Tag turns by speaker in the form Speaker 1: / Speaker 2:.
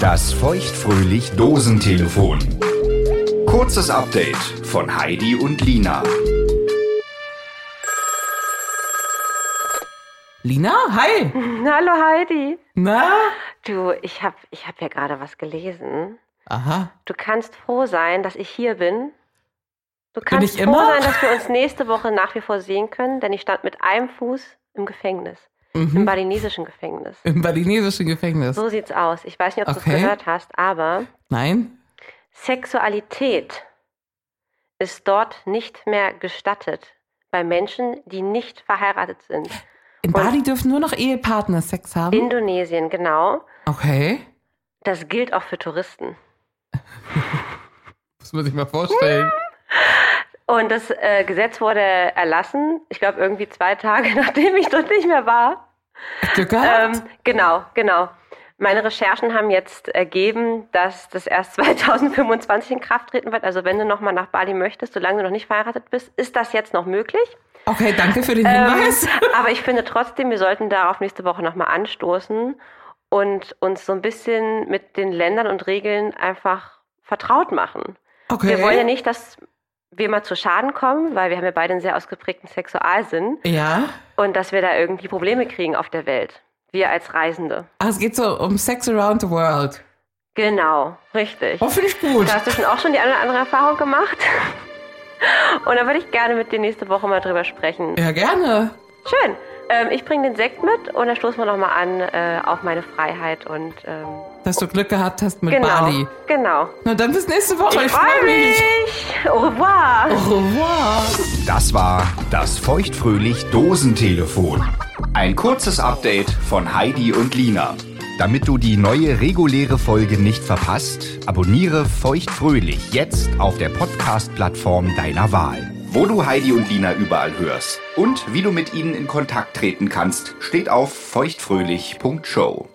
Speaker 1: Das feuchtfröhlich Dosentelefon. Kurzes Update von Heidi und Lina.
Speaker 2: Lina, hi.
Speaker 3: Hallo Heidi.
Speaker 2: Na?
Speaker 3: Du, ich hab, ich hab ja gerade was gelesen.
Speaker 2: Aha.
Speaker 3: Du kannst froh sein, dass ich hier bin. Du kannst
Speaker 2: ich
Speaker 3: froh
Speaker 2: immer?
Speaker 3: sein, dass wir uns nächste Woche nach wie vor sehen können, denn ich stand mit einem Fuß im Gefängnis.
Speaker 2: Hm?
Speaker 3: Im balinesischen Gefängnis.
Speaker 2: Mhm. Im balinesischen Gefängnis.
Speaker 3: So sieht's aus. Ich weiß nicht, ob du
Speaker 2: Okay.
Speaker 3: es gehört hast, aber
Speaker 2: Nein?
Speaker 3: Sexualität ist dort nicht mehr gestattet bei Menschen, die nicht verheiratet sind.
Speaker 2: In Bali dürfen nur noch Ehepartner Sex haben?
Speaker 3: Indonesien, genau.
Speaker 2: Okay.
Speaker 3: Das gilt auch für Touristen.
Speaker 2: Muss man sich mal vorstellen.
Speaker 3: Und das äh, Gesetz wurde erlassen, ich glaube irgendwie zwei Tage, nachdem ich dort nicht mehr war.
Speaker 2: Glück gehabt.
Speaker 3: Ähm, genau, genau. Meine Recherchen haben jetzt ergeben, dass das erst 2025 in Kraft treten wird. Also wenn du nochmal nach Bali möchtest, solange du noch nicht verheiratet bist, ist das jetzt noch möglich.
Speaker 2: Okay, danke für den
Speaker 3: Ähm,
Speaker 2: Hinweis.
Speaker 3: aber ich finde trotzdem, wir sollten darauf nächste Woche nochmal anstoßen und uns so ein bisschen mit den Ländern und Regeln einfach vertraut machen.
Speaker 2: Okay.
Speaker 3: Wir wollen ja nicht, dass wir mal zu Schaden kommen, weil wir haben ja beide einen sehr ausgeprägten Sexualsinn
Speaker 2: Ja.
Speaker 3: und dass wir da irgendwie Probleme kriegen auf der Welt. Wir als Reisende.
Speaker 2: Ah, es geht so um Sex around the world.
Speaker 3: Genau, richtig.
Speaker 2: Oh, finde ich gut.
Speaker 3: Da hast du schon auch schon die eine oder andere Erfahrung gemacht. Und da würde ich gerne mit dir nächste Woche mal drüber sprechen.
Speaker 2: Ja, gerne.
Speaker 3: Schön. Ähm, ich bringe den Sekt mit und dann stoßen wir nochmal an äh, auf meine Freiheit und ähm,
Speaker 2: Dass du Glück gehabt hast mit
Speaker 3: genau.
Speaker 2: Bali.
Speaker 3: Genau.
Speaker 2: Na dann bis nächste Woche.
Speaker 3: Freu Au revoir.
Speaker 2: Au revoir.
Speaker 1: Das war das feuchtfröhlich Dosentelefon. Ein kurzes Update von Heidi und Lina. Damit du die neue reguläre Folge nicht verpasst, abonniere feuchtfröhlich jetzt auf der Podcast-Plattform deiner Wahl. Wo du Heidi und Lina überall hörst und wie du mit ihnen in Kontakt treten kannst, steht auf feuchtfröhlich.show.